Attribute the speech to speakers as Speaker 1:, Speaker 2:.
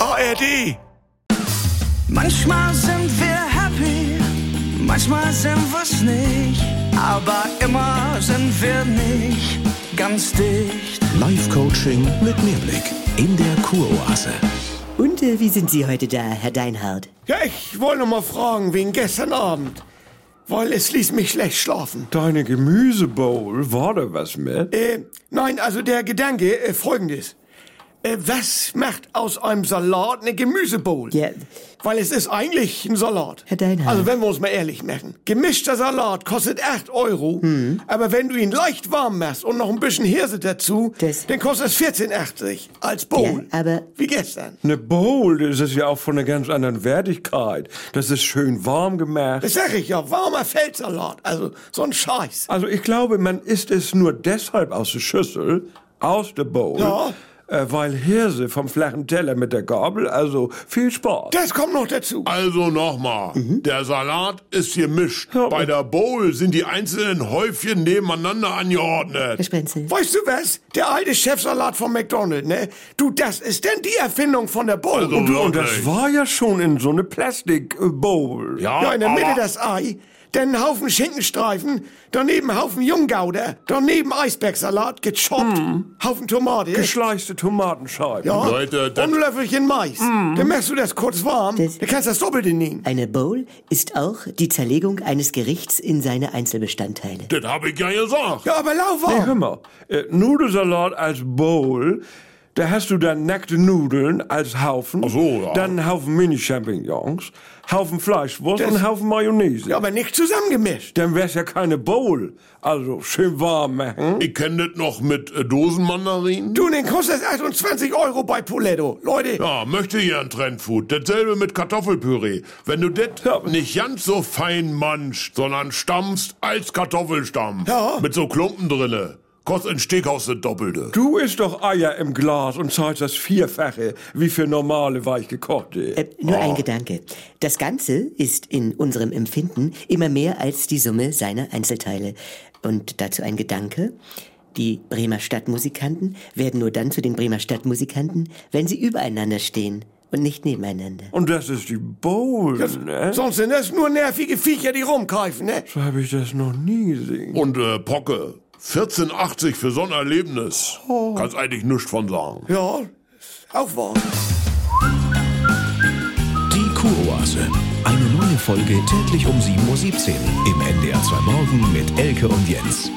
Speaker 1: ARD.
Speaker 2: Manchmal sind wir happy, manchmal sind wir's nicht, aber immer sind wir nicht ganz dicht.
Speaker 3: Live-Coaching mit Mehrblick in der Kuroase.
Speaker 4: Und äh, wie sind Sie heute da, Herr Deinhardt?
Speaker 5: Ja, ich wollte noch mal fragen, wegen gestern Abend. Weil es ließ mich schlecht schlafen.
Speaker 6: Deine Gemüsebowl, war da was mit?
Speaker 5: Äh, nein, also der Gedanke, äh, folgendes. Äh, was macht aus einem Salat eine Gemüsebowl?
Speaker 4: Ja,
Speaker 5: Weil es ist eigentlich ein Salat.
Speaker 4: Herr Deinhardt.
Speaker 5: Also wenn wir uns mal ehrlich machen. Gemischter Salat kostet 8 Euro.
Speaker 4: Hm.
Speaker 5: Aber wenn du ihn leicht warm machst und noch ein bisschen Hirse dazu,
Speaker 4: Das-
Speaker 5: dann kostet es 14,80 als Bowl.
Speaker 4: Ja, aber-
Speaker 5: Wie gestern.
Speaker 6: Eine Bowl, das ist ja auch von einer ganz anderen Wertigkeit. Das ist schön warm
Speaker 5: Das
Speaker 6: gemacht.
Speaker 5: sag ich ja, warmer Feldsalat. Also so ein Scheiß.
Speaker 6: Also ich glaube, man isst es nur deshalb aus der Schüssel, aus der Bowl,
Speaker 5: Ja.
Speaker 6: äh, weil Hirse vom flachen Teller mit der Gabel, also viel Spaß.
Speaker 5: Das kommt noch dazu. Mhm.
Speaker 1: Also nochmal, der Salat ist gemischt.
Speaker 6: Ja.
Speaker 1: Bei der Bowl sind die einzelnen Häufchen nebeneinander
Speaker 4: Herr
Speaker 1: angeordnet.
Speaker 4: Sprenzel.
Speaker 5: Weißt du was? Der alte Chefsalat von McDonald's, ne? Du, das ist denn die Erfindung von der Bowl.
Speaker 1: Also,
Speaker 5: und du,
Speaker 1: ja,
Speaker 6: Und das
Speaker 1: Ey.
Speaker 6: war ja schon in so eine Plastik-Bowl.
Speaker 5: ja, in der Mitte
Speaker 1: aber-
Speaker 5: das Ei, dann einen Haufen Schinkenstreifen, daneben einen Haufen Junggauder, daneben Eisbergsalat, gechoppt, Haufen Tomate.
Speaker 6: Geschleichte Tomatenscheiben.
Speaker 5: ja,
Speaker 1: Hm. Leute, das- Hm.
Speaker 5: und ein Löffelchen Mais. Dann machst du das kurz warm,
Speaker 4: Das-
Speaker 5: dann kannst du das Doppelte nehmen.
Speaker 4: Eine Bowl ist auch die Zerlegung eines Gerichts in seine Einzelbestandteile.
Speaker 1: Das habe ich ja gesagt.
Speaker 5: Ja, aber
Speaker 6: Nee, hör
Speaker 5: lauwarm.
Speaker 6: mal. Äh, Nudelsalat als Bowl, da hast du dann nackte Nudeln als Haufen.
Speaker 1: Ach so, ja.
Speaker 6: Dann einen Haufen Mini-Champignons, Haufen Fleischwurst und einen Haufen Mayonnaise.
Speaker 5: ja, aber nicht zusammengemischt.
Speaker 6: Dann wär's ja keine Bowl. Also schön warm machen.
Speaker 1: Ich kenne das noch mit äh, Dosenmandarinen.
Speaker 5: Hm? Du, den kostet das 28 Euro bei Poletto. Leute,
Speaker 1: Ja, möchte hier ein Trendfood. Dasselbe mit Kartoffelpüree. Wenn du das nicht ganz so fein manchst, sondern stampfst als Kartoffelstampf.
Speaker 5: Ja.
Speaker 1: Mit so Klumpen drinne. Kostet ein Steakhaus das Doppelte.
Speaker 6: Du isst doch Eier im Glas und zahlst das Vierfache, wie für normale weichgekochte.
Speaker 4: Äh, nur ein Gedanke. Das Ganze ist in unserem Empfinden immer mehr als die Summe seiner Einzelteile. Und dazu ein Gedanke. Die Bremer Stadtmusikanten werden nur dann zu den Bremer Stadtmusikanten, wenn sie übereinander stehen und nicht nebeneinander.
Speaker 6: Und das ist die Bowl, ne?
Speaker 5: sonst sind das nur nervige Viecher, die rumkeifen, ne?
Speaker 6: So habe ich das noch nie gesehen.
Speaker 1: Und äh, Pocke. 14,80 für so ein Erlebnis.
Speaker 5: Oh.
Speaker 1: Kannst eigentlich nichts von sagen.
Speaker 5: Ja, auch warm.
Speaker 3: Die Kuroase. Eine neue Folge täglich um 7.17 Uhr im NDR 2 Morgen mit Elke und Jens.